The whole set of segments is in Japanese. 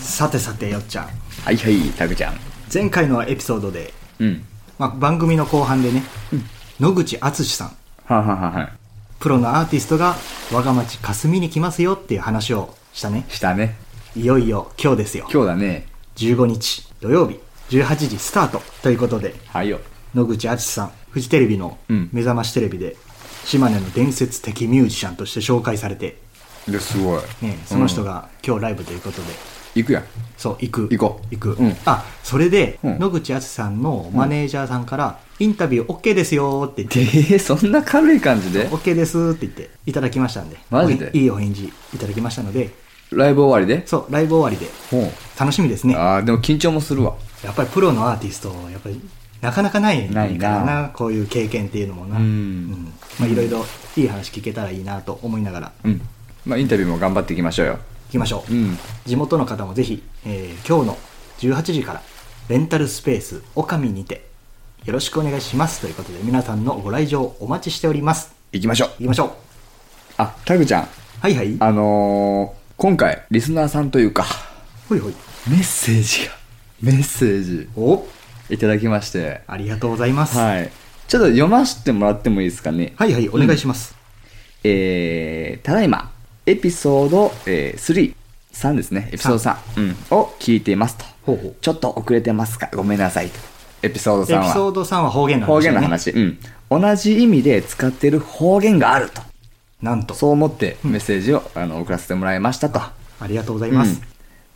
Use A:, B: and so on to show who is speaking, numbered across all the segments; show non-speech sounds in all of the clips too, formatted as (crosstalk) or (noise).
A: さてさてよっちゃん
B: はいはい、タグちゃん。
A: 前回のエピソードで、
B: うん。
A: まあ、番組の後半でね、野口敦さん
B: はははは
A: プロのアーティストが我が町霞に来ますよっていう話をしたね
B: したね。
A: いよいよ今日ですよ
B: 今日だね。
A: 15日土曜日18時スタートということで
B: はいよ。
A: 野口敦さんフジテレビの
B: うん
A: 「目覚ましテレビ」で島根の伝説的ミュージシャンとして紹介されて、
B: で、すごい。
A: ね、その人が今日ライブということで、
B: 行くやん。
A: そう行く
B: 行こう
A: 行く、
B: うん
A: あそれで、
B: うん
A: 野口敦さんのマネージャーさんから、インタビュー OK ですよって言って
B: で、 (laughs) そんな軽い感じで
A: OK ですって言っていただきましたんで
B: マジで
A: おへんいいお返事いただきましたので
B: ライブ終わりで
A: そうライブ終わりで
B: ほ
A: 楽しみですね
B: う。ああ、でも緊張もするわ。
A: やっぱりプロのアーティストやっぱりなかなかないから
B: ないな
A: こういう経験っていうのもな
B: うん
A: んまあいろいろいい話聞けたらいいなと思いながら
B: うん。まあ、インタビューも頑張っていきましょうよ。
A: 行きましょう、
B: うん
A: 地元の方もぜひ、えー今日の18時からレンタルスペースおかみにてよろしくお願いしますということで皆さんのご来場お待ちしております
B: 行きましょう。
A: 行きましょう
B: あ、タグちゃん。
A: はいはい
B: あのー、今回、リスナーさんというか、
A: ほいほい
B: メッセージが、メッセージ、
A: お
B: いただきまして。
A: ありがとうございます、
B: はい。ちょっと読ませてもらってもいいですかね。
A: はいはいお願いします、
B: えーただいま、エピソード、えー、3、3ですね、エピソード3、うん、を聞いていますと。
A: ほうほう
B: ちょっと遅れてますかごめんなさいと。エピソード3
A: エピソー
B: は、
A: ド3は方言の
B: 方
A: 話、ね、
B: 言の話、うん。同じ意味で使ってる方言があると。
A: なんと
B: そう思ってメッセージを、あの送らせてもらいましたと。
A: ありがとうございます、
B: うん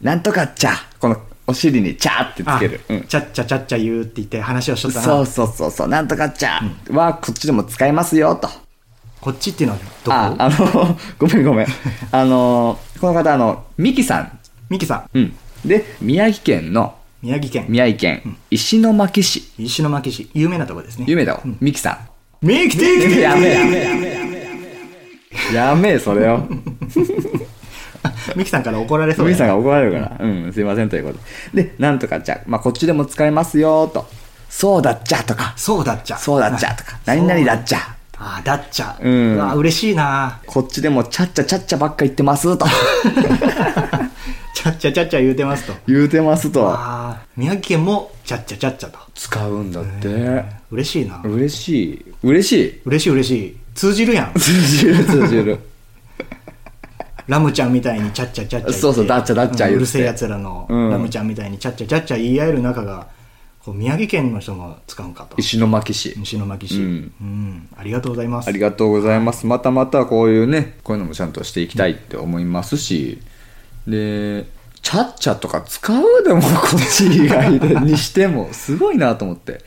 B: なんとかっちゃ、このお尻にちゃってつ
A: あ
B: ける。うん
A: ちゃっちゃちゃっちゃ言うって言って話をしとった
B: そう
A: な
B: そうそうそう、なんとかっちゃはこっちでも使えますよと。
A: こっちっていうのは
B: あ
A: どこ
B: あの (laughs) ごめんごめんあのこの方あのミキさん、
A: ミキさん
B: うん、で宮城県の
A: 宮城県
B: 宮城県石巻市
A: 石巻市有名なとこですね
B: 夢だよ、ミキさ
A: ミキテ
B: ん
A: キテ
B: やめえやめえやめえやめえやめえそれを
A: (laughs) ミキさんから怒られ (laughs) そう
B: ミキさん
A: だね
B: が怒られるからうんすいませんということででなんとかっちゃ、まあ、こっちでも使えますよとそうだっちゃとか
A: そうだっちゃ
B: そうだっちゃとか何々だっちゃ
A: ああだっちゃう
B: うん
A: わ嬉しいな
B: こっちでもちゃっちゃちゃっちゃばっか言って
A: (laughs)
B: ますと
A: ちゃっちゃちゃっちゃ言うてますと
B: 言うてますと
A: ああ宮城県もちゃっちゃちゃっちゃと
B: 使うんだって、
A: 嬉しいな
B: 嬉しい嬉しい
A: 嬉しい嬉しい通じるやん
B: 通じる通じる
A: ラムちゃんみたいにちゃっちゃちゃっちゃ言って
B: そうそうだっちゃだっちゃ言
A: うん
B: って
A: うるせえやつらの
B: うん
A: ラムちゃんみたいにちゃっちゃちゃっちゃ言い合える中がこう宮城県の人も使うんかと
B: 石巻市
A: 西巻市、う
B: うんん
A: ありがとうございます
B: ありがとうございますまたまたこういうねこういうのもちゃんとしていきたいって思いますしでちゃっちゃとか使うでもこっち以外でにしてもすごいなと思って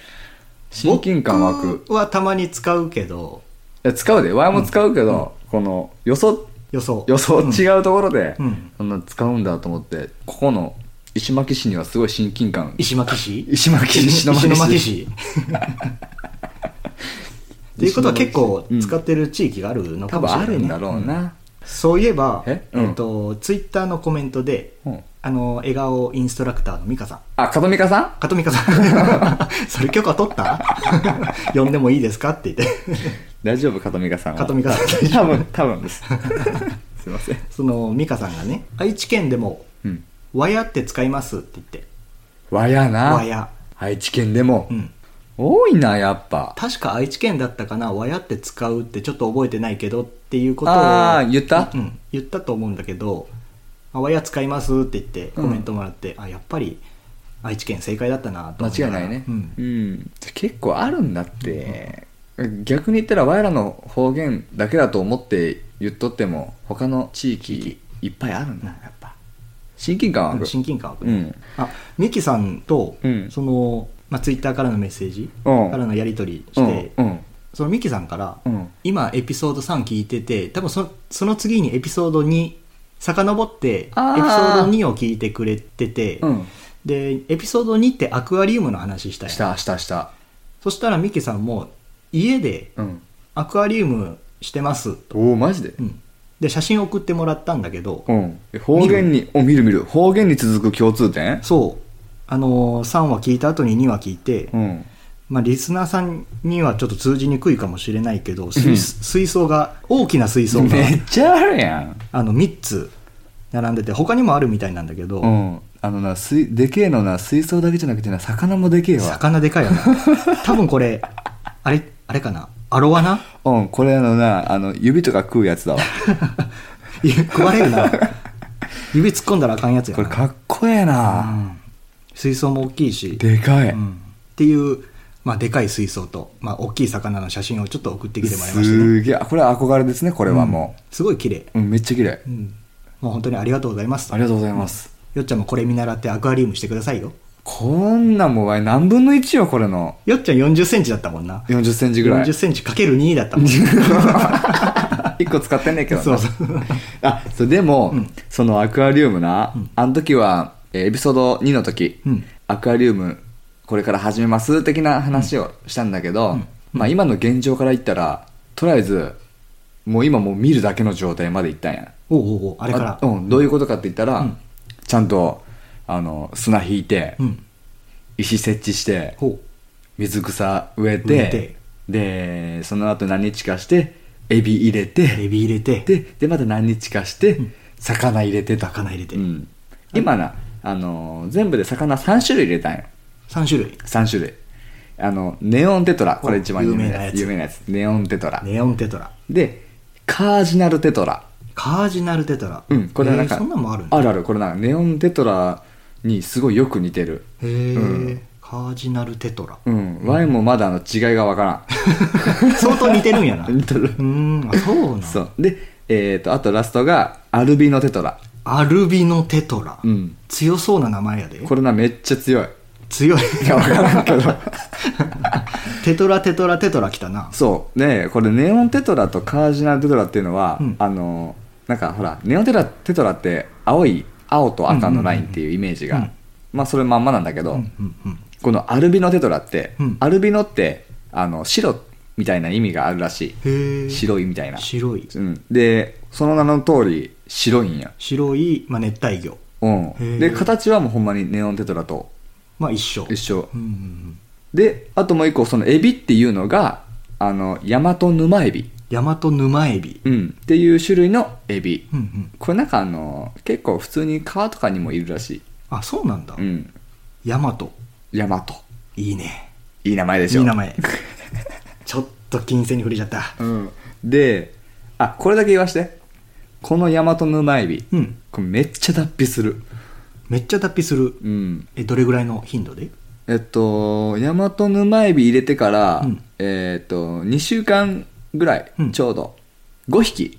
B: 親近感湧く
A: 僕はたまに使うけど
B: いや使うで Y も使うけど、この予想
A: 予想
B: 予想違うところで、
A: うん
B: そんな使うんだと思ってここの石巻市にはすごい親近感
A: 石巻市
B: 石巻市
A: 石
B: 石巻
A: 巻
B: 市
A: 市 (laughs) っていうことは結構使ってる地域があるの
B: 多
A: かも
B: 分
A: しれな
B: あ
A: い、ね
B: るんだろうな、
A: そういえば
B: えうん
A: っとツイッターのコメントで、
B: うん
A: あの笑顔インストラクターの美香さん
B: あ門美香さん
A: 加藤美香さ
B: (laughs)
A: んそれ許可取った (laughs) 呼んでもいいですかって言って
B: (laughs) 大丈夫片目がさんは
A: 片目がさん
B: 多分多分です
A: (laughs)
B: すいません
A: その美香さんがね愛知県でも
B: うん
A: 「和屋って使います」って言って
B: 和やな
A: 和屋
B: 愛知県でも、
A: うん
B: 多いなやっぱ
A: 確か愛知県だったかな「和や」って使うってちょっと覚えてないけどっていうことを
B: あー言った
A: うん、言ったと思うんだけど「あ和や使います」って言ってコメントもらって、あやっぱり愛知県正解だったなと
B: 間
A: 思が
B: 違い
A: ら
B: ないね
A: うん
B: 結構あるんだって、逆に言ったら我らの方言だけだと思って言っとっても他の地域いっぱいあるんだやっぱ親近感はある
A: 親近感湧く
B: う
A: ね、
B: ん
A: あミキさんと、
B: うん
A: その、まあ、ツイッターからのメッセージ
B: うん
A: からのやり取りして、
B: うんうん
A: そのミキさんから、
B: うん
A: 今エピソード3聞いてて多分そその次にエピソード2遡ってエピソ
B: あー
A: ード2を聞いてくれてて、
B: うん
A: でエピソード2ってアクアリウムの話したよ
B: したしたした
A: そしたらミキさんも家で
B: うん
A: アクアリウムしてますと、
B: おおマジで
A: うん、で写真送ってもらったんだけど、
B: うんえ方言にお見る見る方言に続く共通点
A: そうあのー3話聞いた後に2話聞いて、
B: うん
A: まあ、リスナーさんにはちょっと通じにくいかもしれないけど水水槽が大きな水
B: (laughs)
A: 槽が
B: めっちゃあるやん
A: あの3つ並んでて他にもあるみたいなんだけど、
B: うんあのな水でけえのな水槽だけじゃなくてな魚もでけえわ
A: 魚でかい
B: (laughs)
A: よな多分これあれあれかなアロワナ
B: うんこれあのなあの指とか食うやつだわ
A: いや食われるな指突っ込んだらあかんやつや
B: こ
A: な
B: れかっこええ
A: う
B: な、
A: ん水槽も大きいし
B: でかい、
A: うんっていう、まあ、でかい水槽と、まあ、大きい魚の写真をちょっと送ってきてもらいましたね
B: すげえこれは憧れですねこれはも
A: うんすごい綺麗
B: う、うんめっちゃ綺麗
A: うんもう本当にありがとうございます
B: ありがとうございます、
A: よっちゃんもこれ見習ってアクアリウムしてくださいよ
B: こんなんもうわい何分の1よこれの
A: よっちゃん4 0ンチだったもんな
B: 4 0ンチぐらい
A: 4 0ンチかける2だったもん
B: 1個使ってんねんけどな
A: そうそう
B: あそうでも、
A: うん
B: そのアクアリウムな、
A: うん
B: あの時はえーエピソード2の時、
A: うん
B: アクアリウムこれから始めます的な話をしたんだけど、
A: ん
B: まあ、今の現状から言ったらとりあえずもう今もう見るだけの状態まで行ったんや
A: おうおうおうあれから
B: うん、どういうことかって言ったら、
A: うん
B: ちゃんとあの砂引いて、
A: うん
B: 石設置して
A: ほ
B: 水草植えて
A: 植えて
B: でその後何日かしてエビ入れて
A: うエビ入れて
B: ででまた何日かして、魚入れてと
A: 魚入れて
B: うん、今な、あのー全部で魚3種類入れたんよ
A: 3種類
B: 3種類あのネオンテトラこれ一番有名なやつ
A: 有
B: 有
A: 名
B: 名なやつネオンテトラ、
A: ネオンテトラ
B: でカージナルテトラ
A: カージナルテトラ
B: うんこれはなんか、
A: えーそんなんもあるんだ
B: あるあるこれなんかネオンテトラにすごいよく似てる
A: へえ、
B: うん
A: カージナルテトラ
B: うん、ワイもまだあの違いがわから
A: 相当似てるんやなう
B: ん似てる
A: ーんあそうなん
B: そうで、えー、とあとラストがアルビノテトラ
A: アルビノテトラ、
B: うん
A: 強そうな名前やで
B: これなめっちゃ強い
A: 強い
B: いやわからんけど
A: テトラテトラテトラ来たな
B: そうねこれネオンテトラとカージナルテトラっていうのは、
A: うん
B: あのなんかほらネオンテトラテトラって青い青と赤のラインっていうイメージが、
A: うんうんうん
B: まあそれまんまなんだけど、
A: うんうんうん
B: このアルビノテトラって、
A: うん
B: アルビノってあの白みたいな意味があるらし
A: へえ
B: い白いみたいな、
A: 白い
B: うん、でその名の通り白いんや、
A: 白い、まあ、熱帯魚
B: うん、
A: へ
B: で
A: ー
B: 形はもうほんまにネオンテトラと
A: まあ一緒
B: 一緒、
A: うんうん
B: であともう一個そのエビっていうのがあのヤマトヌマエビ
A: うん、大和沼エビ、
B: うん、っていう種類のエビ、
A: うんうん、
B: これなんかあの結構普通に川とかにもいるらしい、
A: あそうなんだ、
B: うん、
A: 大和
B: ヤマト
A: いいね
B: いい名前で
A: い
B: しょ
A: い名前 (laughs) ちょっと金銭に触れちゃった
B: うん、であこれだけ言わしてこのヤマト沼エビ、
A: うん
B: これめっちゃ脱皮する
A: めっちゃ脱皮する
B: うん
A: えどれぐらいの頻度で
B: えっとヤマト沼エビ入れてから、
A: うん
B: えっと2週間ぐらい、
A: うん
B: ちょうど5匹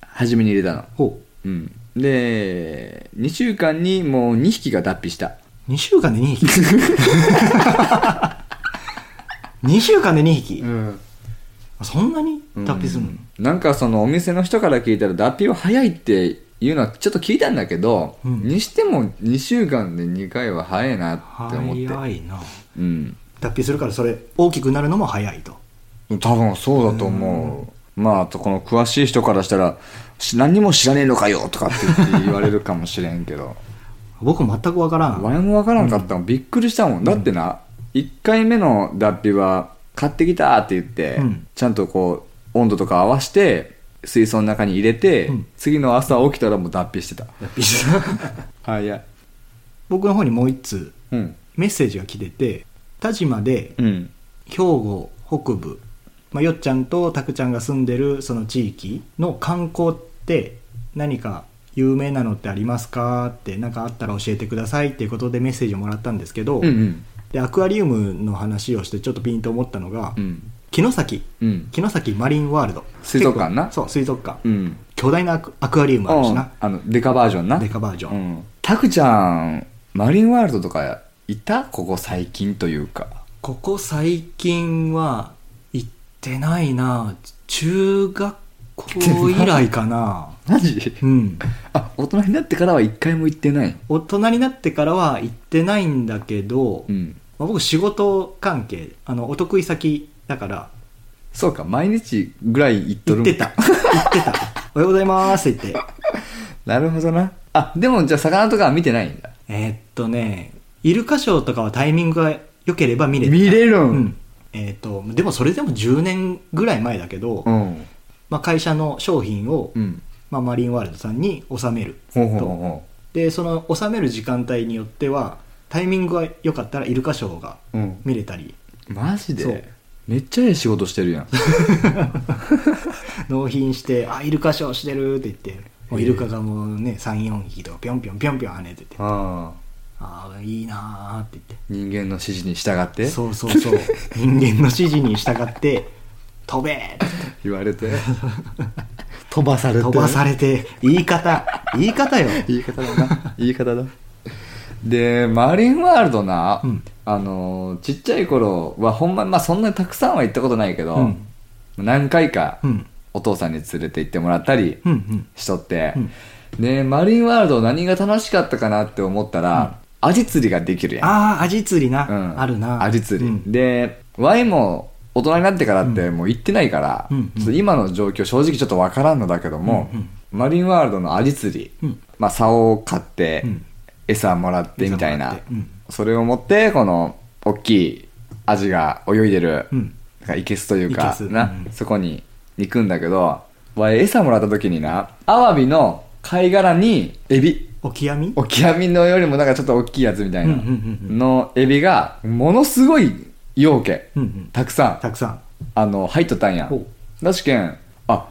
B: 初めに入れたの
A: ほ
B: うんで2週間にもう2匹が脱皮した
A: う2週間で2匹2週間で2匹、
B: ん
A: そんなに脱皮するの、
B: うんなんかそのお店の人から聞いたら脱皮は早いっていうのはちょっと聞いたんだけど、
A: うん
B: にしても2週間で2回は早いなって思って
A: 早いな
B: うん
A: 脱皮するからそれ大きくなるのも早いと
B: 多分そうだと思う、まああとこの詳しい人からしたらし何にも知らねえのかよとかって言って言われるかもしれんけど
A: 僕全くわからん
B: わいもわからんかったもんびっくりしたもんだってな、1回目の脱皮は買ってきたって言って、
A: うん
B: ちゃんとこう温度とか合わせて水槽の中に入れて、
A: うん
B: 次の朝起きたらもう脱皮してた
A: 脱皮した
B: (laughs) はいや
A: 僕の方にもう一通
B: うん
A: メッセージが来てて田島で
B: うん
A: 兵庫北部、まあ、よっちゃんとたくちゃんが住んでるその地域の観光って何か有名なのってありますかって何かあったら教えてくださいっていうことでメッセージをもらったんですけど、
B: うんうん
A: でアクアリウムの話をしてちょっとピンと思ったのが、
B: うん
A: 城崎
B: うん
A: 城崎マリンワールド
B: 水族館な
A: 結構そう水族館、
B: うん
A: 巨大なアクアクアリウムあるしな
B: あのデカバージョンな
A: デカバージョン、
B: うんタクちゃんマリンワールドとかいたここ最近というか
A: ここ最近は行ってないな中学校以来かな
B: マジ
A: うん
B: あ大人になってからは一回も行ってない
A: 大人になってからは行ってないんだけど、
B: うん
A: まあ、僕仕事関係あのお得意先だから
B: そうか毎日ぐらい行っと
A: 行
B: るん
A: ってた行って
B: (laughs)
A: たおはようございますって言って
B: なるほどなあでもじゃあ魚とかは見てないんだ
A: えーっとねイルカショーとかはタイミングが良ければ見れてた
B: 見れるん
A: うんえーっとでもそれでも10年ぐらい前だけど、
B: うん
A: まあ、会社の商品を、
B: うん
A: まあ、マリンワールドさんに納めると
B: ほうほうほ
A: でその収める時間帯によってはタイミングが良かったらイルカショーが
B: うん
A: 見れたり、
B: マジ
A: そう
B: でめっちゃええ仕事してるやん
A: 納品して「あイルカショーしてる」って言ってもうイルカがもうね34匹とかぴょんぴょんぴょんぴょん跳ねてて「あ
B: ああ
A: あーいいな」って言っ
B: 人間の指示に従って
A: てそうそう
B: (laughs)
A: そう人間の指示に従って「飛べ!」って
B: 言われて (laughs) 飛ばされ
A: (laughs)
B: て
A: 飛ばされて言い方言い方よ
B: (laughs) 言い方だな言い方だでマリンワールドな、
A: うん
B: あのーちっちゃい頃はほんま、まあ、そんなにたくさんは行ったことないけど、
A: うん
B: 何回か
A: うん
B: お父さんに連れて行ってもらったり
A: うんうん
B: しとって、
A: うん
B: でマリンワールド何が楽しかったかなって思ったら、アジ釣りができるやん
A: ああアジ釣りな、
B: うん
A: あるな
B: アジ釣り、
A: うん
B: でワイも大人になってからってもう行ってないから、
A: うんうん
B: ちょっと今の状況正直ちょっとわからんのだけども、
A: うんうん
B: マリンワールドのアジ釣り、
A: うん
B: まあ、竿を買って、
A: うん
B: 餌もらってみたい
A: 餌もら
B: な
A: ってうん
B: それを持ってこの大きいアジが泳いでる、
A: うん
B: なんかいけすというか
A: 生簀
B: な、
A: うん
B: そこに行くんだけどわい餌もらった時になアワビの貝殻にエビ
A: オキアミ
B: オキアミのよりもなんかちょっと大きいやつみたいな
A: うんうんうんう
B: のエビがものすごい養鶏、
A: うんうん
B: たくさん
A: たくさん
B: あの入っとったんや
A: ほ
B: だしけんあ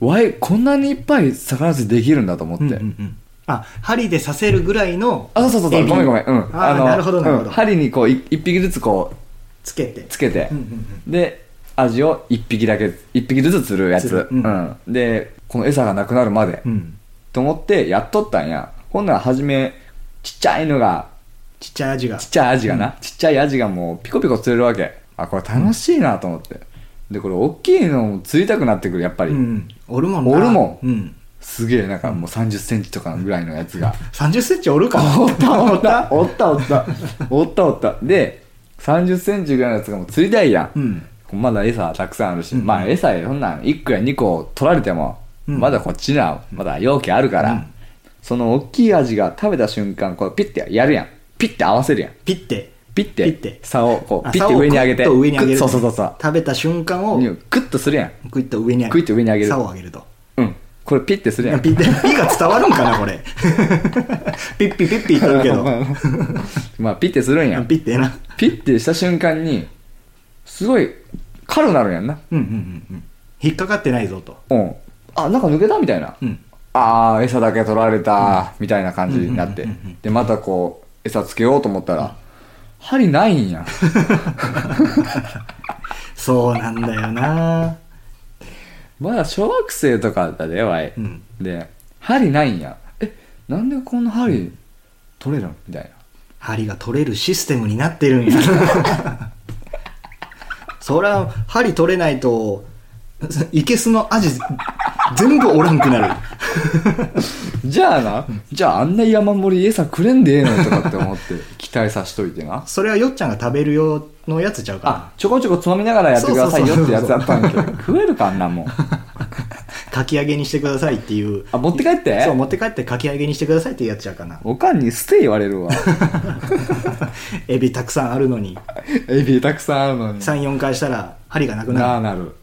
B: わいこんなにいっぱい魚釣りできるんだと思って、
A: うんうんうんあ針で刺せるぐらいの
B: あそうそうそ
A: エ
B: う
A: ビ
B: ごめんごめんうん
A: あー
B: の
A: なるほどなるほど、
B: うん針にこうい一匹ずつこう
A: つけて
B: つけて、
A: うんうんうん
B: でアジを一匹だけ一匹ずつ釣るやつ
A: 釣るうん
B: うんでこの餌がなくなるまで、
A: うん
B: と思ってやっとったんやほんなら初めちっちゃいのが
A: ちっちゃいアジが
B: ちっちゃいアジがな、ちっちゃいアジがもうピコピコ釣れるわけあこれ楽しいなと思ってでこれ大きいのも釣りたくなってくるやっぱり、
A: うんおるもんな
B: おるもん
A: うん
B: すげえなんかもう3 0ンチとかぐらいのやつが
A: 3 0ンチお (laughs) るか
B: おったおったおったおったおったおったで3 0ンチぐらいのやつがもう釣りたいやん、
A: うん
B: まだ餌たくさんあるし、
A: うん
B: まあ餌そんなん1個や2個取られても、
A: うん
B: まだこっちなまだ容器あるから、
A: うん
B: その大きいアジが食べた瞬間こうピッてやるやんピッて合わせるやん
A: ピッて
B: ピッて
A: ピッて
B: 竿をこう
A: あ
B: ピッて上に上げて
A: 竿をグッと上に上げる
B: そうそうそうそう
A: 食べた瞬間を
B: にクッとするやん
A: グイッと上に上げる
B: グイッと上に上げる
A: 竿を上げると
B: うんこれピッてするやん
A: ピッてピが伝わるんかなこれ (laughs) ピッピピッピ言ってるけ
B: (laughs)
A: ど
B: まあピッてするんやん
A: ピッてな
B: ピッてした瞬間にすごい軽なるんやんな
A: うんうんうんうん引っかかってないぞと
B: うんあなんか抜けたみたいな、
A: うん
B: ああ餌だけ取られた、みたいな感じになって、
A: うんうんうんうん
B: でまたこう餌つけようと思ったら、針ないんや (laughs)
A: そうなんだよな
B: まだ小学生とかだったでわい、
A: うん
B: で針ないんやえなんでこんな針取れるのみたいな
A: 針が取れるシステムになってるんや (laughs) そりゃ針取れないといけすのアジ全部おらんくなる
B: じゃあな、じゃああんな山盛り餌くれんでええのとかって (laughs) 思って期待さしといてな。
A: それはよっちゃんが食べる用のやつちゃう
B: あ
A: か、
B: ちょこちょこつまみながらやってくださいよってやつだったんやけど、
A: そう
B: 食えるかあんなもん。
A: なかき揚げにしてくださいっていう
B: あ、持って帰って
A: そう持って帰ってかき揚げにしてくださいっていうやつちゃうか
B: (laughs)
A: な
B: おかんにステイ言われるわ。
A: エビたくさんあるのに
B: (laughs) エビたくさんあるのに。
A: 34回したら針がなく
B: な
A: な
B: あ
A: る
B: なる。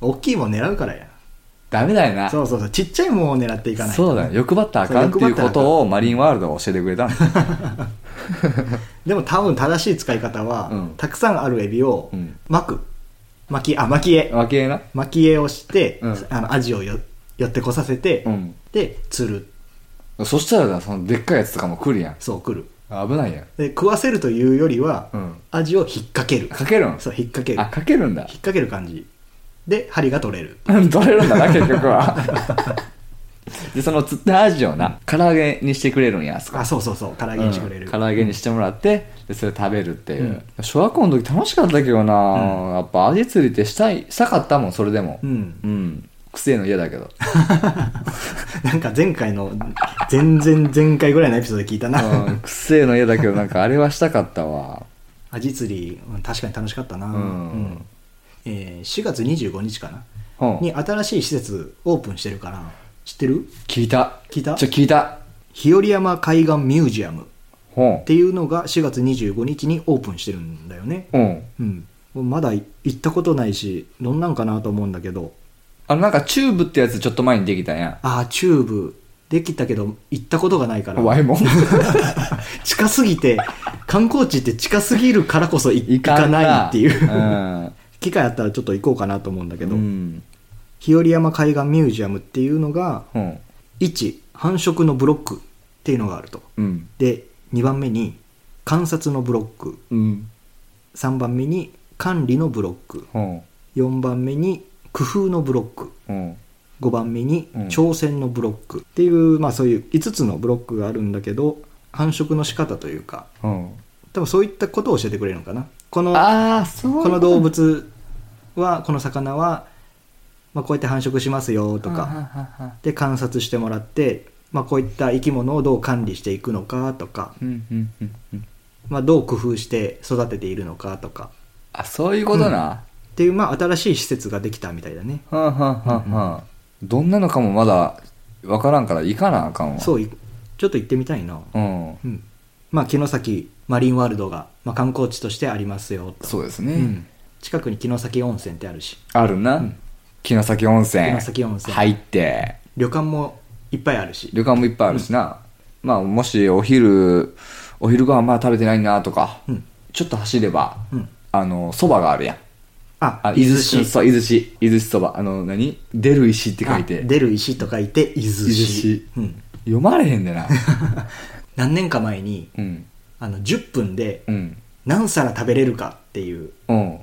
A: 大きいもん狙うからや
B: ダメだよな。
A: そうそうそうちっちゃいもんを狙っていかないと
B: そうだよ。欲張ったらあかんっていうことをマリンワールドが教えてくれたんだ (laughs)
A: でも多分正しい使い方は、
B: うん
A: たくさんあるエビを
B: うん
A: 巻く巻きあ巻き絵
B: わけえな。
A: 巻き絵をして、
B: うん
A: あのアジをよ寄ってこさせて、
B: うん。
A: で釣る
B: そしたらな、そのでっかいやつとかも来るやん。
A: そう来る
B: 危ないやん。
A: で食わせるというよりは、
B: うん
A: アジを引っ掛ける
B: かけるん
A: そう引っ掛ける
B: あ、かけるんだ
A: 引っ。掛ける感じで針が取れる
B: うん取れるんだな結局は (laughs) でその釣ったアジをな唐揚げにしてくれるんやあそこ
A: あそうそうそう唐揚げにしてくれる、
B: うん唐揚げにしてもらってでそれ食べるっていう、
A: うん
B: 小学校の時楽しかったけどな、
A: う
B: やっぱアジ釣りってしたいしたかったもんそれでも
A: うん (laughs)
B: うん癖の嫌だけど
A: なんか前回の全然前回ぐらいのエピソードで聞いたな、 (laughs)
B: うん癖の嫌だけどなんかあれはしたかったわ
A: アジ釣りうん確かに楽しかったな、
B: うん
A: うんえー4月25日かな、
B: うん
A: に新しい施設オープンしてるから知ってる
B: 聞いた
A: 聞いた
B: ちょ聞いた
A: 日和山海岸ミュージアムっ
B: うん
A: ていうのが4月25日にオープンしてるんだよね
B: うん
A: うんまだ行ったことないしどんなんかなと思うんだけど
B: あのなんかチューブってやつちょっと前にできたやん
A: ああチューブできたけど行ったことがないから
B: 怖いもん。
A: (laughs) 近すぎて観光地って近すぎるからこそい行かないっていう、
B: うん
A: 機会あったらちょっと行こうかなと思うんだけど、
B: うん。
A: 日和山海岸ミュージアムっていうのが
B: うん。
A: 1繁殖のブロックっていうのがあると
B: うん。
A: で2番目に観察のブロック
B: うん。
A: 3番目に管理のブロック
B: うん。
A: 4番目に工夫のブロック
B: うん。
A: 5番目に
B: うん
A: 挑戦のブロックっていう、まあそういう5つのブロックがあるんだけど繁殖の仕方というか
B: うん。
A: 多分そういったことを教えてくれるのかなこの
B: ああ、そういうと。
A: この動物はこの魚は、まあ、こうやって繁殖しますよと
B: は
A: か
B: ははは。
A: で観察してもらって、まあ、こういった生き物をどう管理していくのかとか、
B: うんうんうんうん。
A: まあ、どう工夫して育てているのかとか
B: あ、そういうことな。
A: っていう、まあ、新しい施設ができたみたいだね
B: はあ、はあはあはあ、どんなのかもまだわからんから行かなあかんわ。。
A: そうういちょっと行ってみたいな、
B: うん
A: う。んまあ、城崎マリンワールドが、まあ、観光地としてありますよと
B: そうですね。
A: うん近くに城崎温泉ってあるし
B: あるな。城崎温泉。
A: 城崎温泉
B: 入って。
A: 旅館もいっぱいあるし
B: 旅館もいっぱいあるしな、まあもしお昼お昼ご飯まだ食べてないなとか、
A: うん
B: ちょっと走れば、
A: うん
B: あのそばがあるやん
A: あ
B: あ伊豆市そう伊豆市伊豆市そばあの何出る石って書い
A: あ
B: て
A: 出る石と書いて伊豆市
B: 伊
A: う
B: 豆
A: ん、
B: 読まれへ
A: (laughs)
B: んでな
A: 何年か前に
B: うん
A: あの10分で
B: うん
A: 何皿食べれるかっていう
B: うん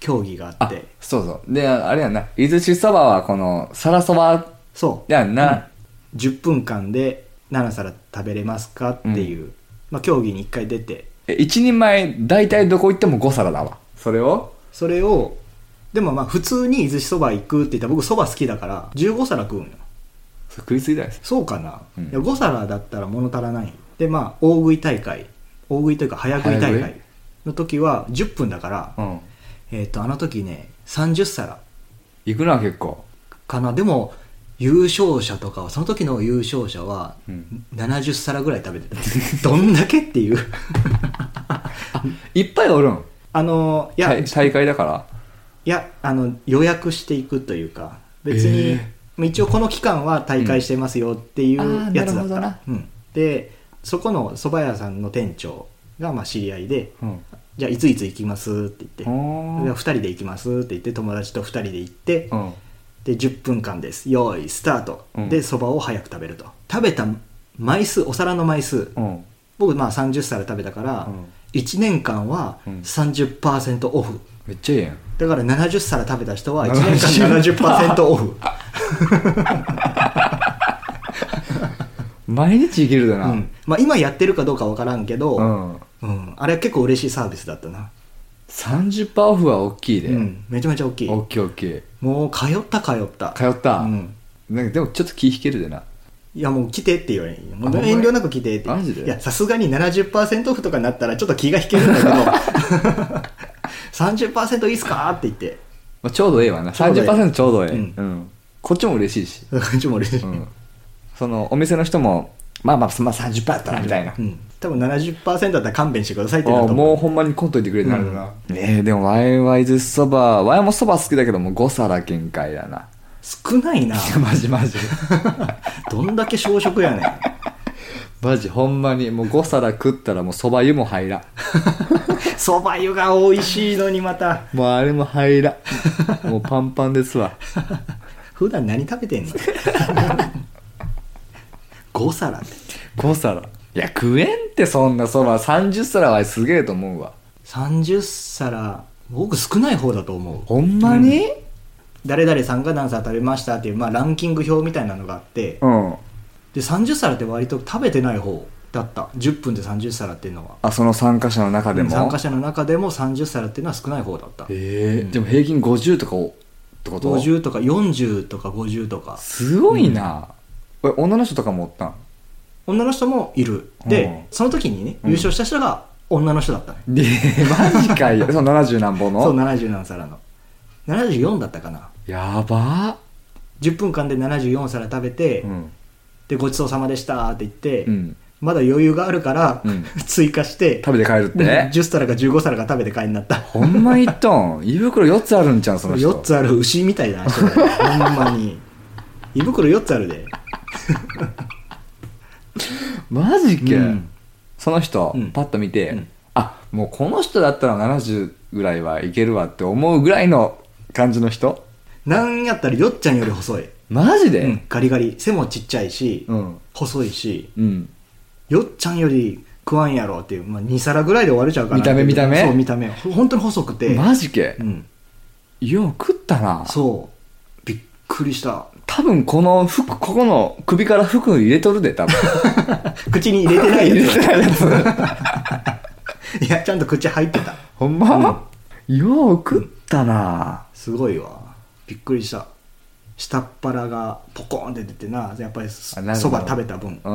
A: 競技があっ
B: あ
A: て
B: そうそうでああれやんな伊豆市そばはこの皿そば
A: そう
B: やんな、
A: 10分間で何皿食べれますかっていう、まあ、競技に1回出て
B: え一人前大体どこ行っても5皿だわそれを
A: それをでもまあ普通に伊豆市そば行くって言ったら僕そば好きだから15皿食うんよ
B: それ食いすぎだよ
A: そうかな、
B: うん
A: いや5皿だったら物足らないでまあ大食い大会大食いというか早食い大
B: 早食
A: 会の時は10分だから、
B: うん
A: えっ、とあの時ね30皿
B: 行くな結構
A: かなでも優勝者とかはその時の優勝者は
B: うん
A: 70皿ぐらい食べてた、どんだけって
B: (laughs)
A: いう
B: いっぱいおるん
A: あのいや、
B: 大
A: い
B: 大会だから
A: やあの予約していくというか別に、
B: えー
A: まあ一応この期間は大会してますよってい
B: あ
A: う
B: ー
A: やつだ
B: なる
A: っ
B: ほ
A: た、
B: どな
A: うんでそこの蕎麦屋さんの店長がまあ知り合いで
B: うん
A: じゃあいついつ行きますって言って
B: お
A: じゃ
B: ー
A: あ2人で行きますって言って友達と2人で行って、
B: うん
A: で10分間です用意スタート、
B: うん
A: でそばを早く食べると食べた枚数お皿の枚数、
B: うん
A: 僕まあ30皿食べたから、
B: うん
A: 1年間は
B: うん
A: 30%オフ
B: めっちゃええやん
A: だから70皿食べた人は1年間70%オ
B: (laughs)
A: フ、
B: 毎日いけるだ
A: う
B: な、
A: んまあ、今やってるかどうかわからんけど、う
B: う
A: ん
B: ん
A: あれは結構嬉しいサービスだったな、
B: 30%オフは大きいで、
A: うん、めちゃめちゃ大きい
B: 大きい大きい
A: もう通った通った
B: 通った、
A: うん
B: なんかでもちょっと気引けるでない
A: やもう来てって言われんよも
B: あほん
A: う
B: まに
A: 遠慮なく来てって
B: マジで
A: いやさすがに70%オフとかになったらちょっと気が引けるんだけど
B: (laughs)
A: 30%いいっすかって言って
B: まあ、ちょうどええわな
A: ちょうどええ
B: 30%ちょうどえ
A: う
B: え
A: ん
B: うんこっちも嬉しいし、
A: そんな感じも嬉しい、
B: うん、そのお店の人もまあまあ、まあ、30%やったなみたいな、
A: うん、多分70%だったら勘弁してくださいってな
B: あ
A: る
B: あ
A: と思う
B: もうほんまにコントいてくれてなるな、ねえでもワイワイズそばワイもそば好きだけども5皿限界だな (laughs)
A: 少ないな
B: マジマジ
A: (laughs) どんだけ小食やねん
B: マジほんまにもう5皿食ったらもうそば湯も入らん
A: (laughs) そば湯が美味しいのにまた
B: もうあれも入ら
A: (laughs)
B: んもうパンパンですわ
A: 普段何食べてん
B: (laughs)
A: の5皿って
B: 5皿いや食えんってそんなそば30皿はすげえと思うわ
A: 30皿僕少ない方だと思う
B: ほんまに
A: 誰々さんが何皿食べましたっていう、まあ、ランキング表みたいなのがあって、
B: うん、
A: で30皿って割と食べてない方だった10分で30皿っていうのは
B: あその参加者の中でも
A: 参加者の中でも30皿っていうのは少ない方だった
B: ええでも平均50とかをってこと
A: 50とか40とか50とか
B: すごいな、え女の人とかもおったん
A: 女の人もいるで、
B: うん
A: その時にね優勝した人が女の人だったの、
B: でマジか (laughs) よその70何本
A: そう
B: の
A: 77皿の74だったかな
B: やば
A: 10分間で74皿食べて、
B: うん
A: でごちそうさまでしたって言って、
B: うん
A: まだ余裕があるから、
B: うん
A: (laughs) 追加して
B: 食べて帰るって
A: 10皿か15皿か食べて帰りになった
B: ほんまいっとん胃袋4つあるんちゃうんその人
A: 4つある牛みたいな人だよほんまに胃袋4つあるで
B: マジけ、
A: うん
B: その人、
A: うん
B: パッと見て、
A: うん
B: あもうこの人だったら70ぐらいはいけるわって思うぐらいの感じの人
A: なんやったらよっちゃんより細い、
B: マジで
A: ガリガリ背もちっちゃいし、
B: うん
A: 細いし
B: うん
A: よっちゃんより食わんやろっていう、まあ、2皿ぐらいで終われちゃうかな
B: 見た目見た目
A: そう見た目ほ本当に細くて
B: マジけ
A: うん
B: よう食ったな
A: そうびっくり
B: (laughs)
A: した
B: 多分この服ここの首から服入れとるで多分
A: 口に入れてない
B: (laughs) 入れ
A: や
B: てないやつ
A: つ (laughs) いやちゃんと口入ってた
B: (laughs) ほんま、よう食ったな
A: すごいわびっくりした下っ腹がポコーンって出てなやっぱりそ
B: あなるほ
A: そ
B: ど
A: ば食べた分
B: う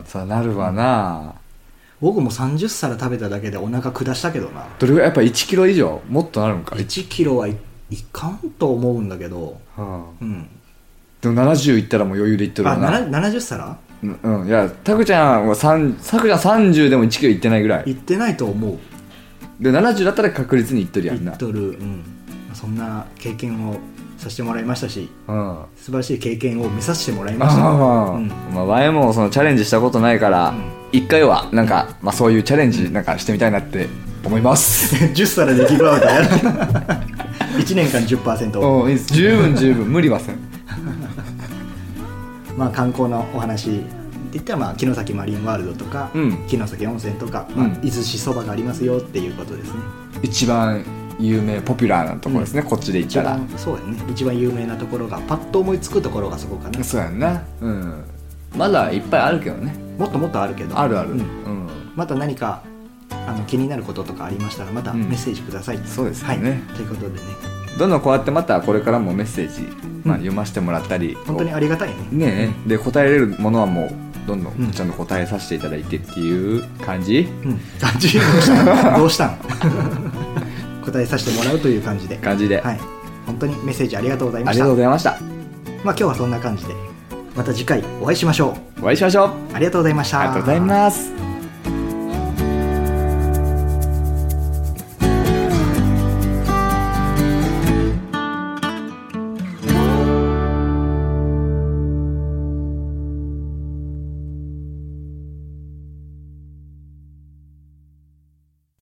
B: んそうなるわな、
A: 僕も30皿食べただけでお腹下したけどな
B: どれぐらいやっぱ1キロ以上もっとなるんか、
A: 1キロはい、いかんと思うんだけど
B: うん
A: うん
B: でも70いったらもう余裕でいって
A: あ
B: るわな
A: な70皿
B: うんうんいやタクちゃんは3タクちゃん30でも1キロいってないぐらい
A: いってないと思う
B: で70だったら確率にいっとるやん
A: リ
B: な
A: ットル、うん、そんな経験をさせてもらいましたし
B: うん
A: 素晴らしい経験を見させてもらいま
B: ま
A: した、
B: あまあ、
A: うん
B: まあ、前もそのチャレンジしたことないから
A: うん
B: 一、回はなんか、まあ、そういうチャレンジなんかしてみたいなって思います、
A: 10皿でギブアウトやる (laughs) 1年間10%、
B: うん、いいです十分十分無理はせん
A: まあ、観光のお話って言ったら、まあ、城崎マリンワールドとか、
B: うん
A: 城崎温泉とか、まあ
B: うん
A: 伊豆市そばがありますよっていうことですね
B: 一番有名ポピュラーなところですね、こっちで言っ
A: 一
B: たら
A: 番そうやね一番有名なところがパッと思いつくところがそこかな
B: そうやんなうんまだいっぱいあるけどね
A: もっともっとあるけど
B: あるある
A: うん
B: うん、
A: また何かあの気になることとかありましたらまた
B: うん
A: メッセージください、
B: そうですよ
A: はい、
B: ね
A: ということでね
B: どんどんこうやってまたこれからもメッセージ、まあ、読ませてもらったり、
A: 本当にありがたいね
B: ねえで答えれるものはもうどんど
A: うん
B: んちゃんと答えさせていただいてっていう感じ、
A: うん、 (laughs) あ自由どうしたんどうしたん (laughs) 答えさせてもらうという感じで、
B: 感じで、
A: はい、本当にメッセージありがとうござい
B: あ
A: ま
B: り
A: し
B: が
A: たま
B: とうございました
A: あ今日はそんな感じでまた次回お会いしましょ
B: お会いしましょう
A: うありがとうございました
B: ありがとうございます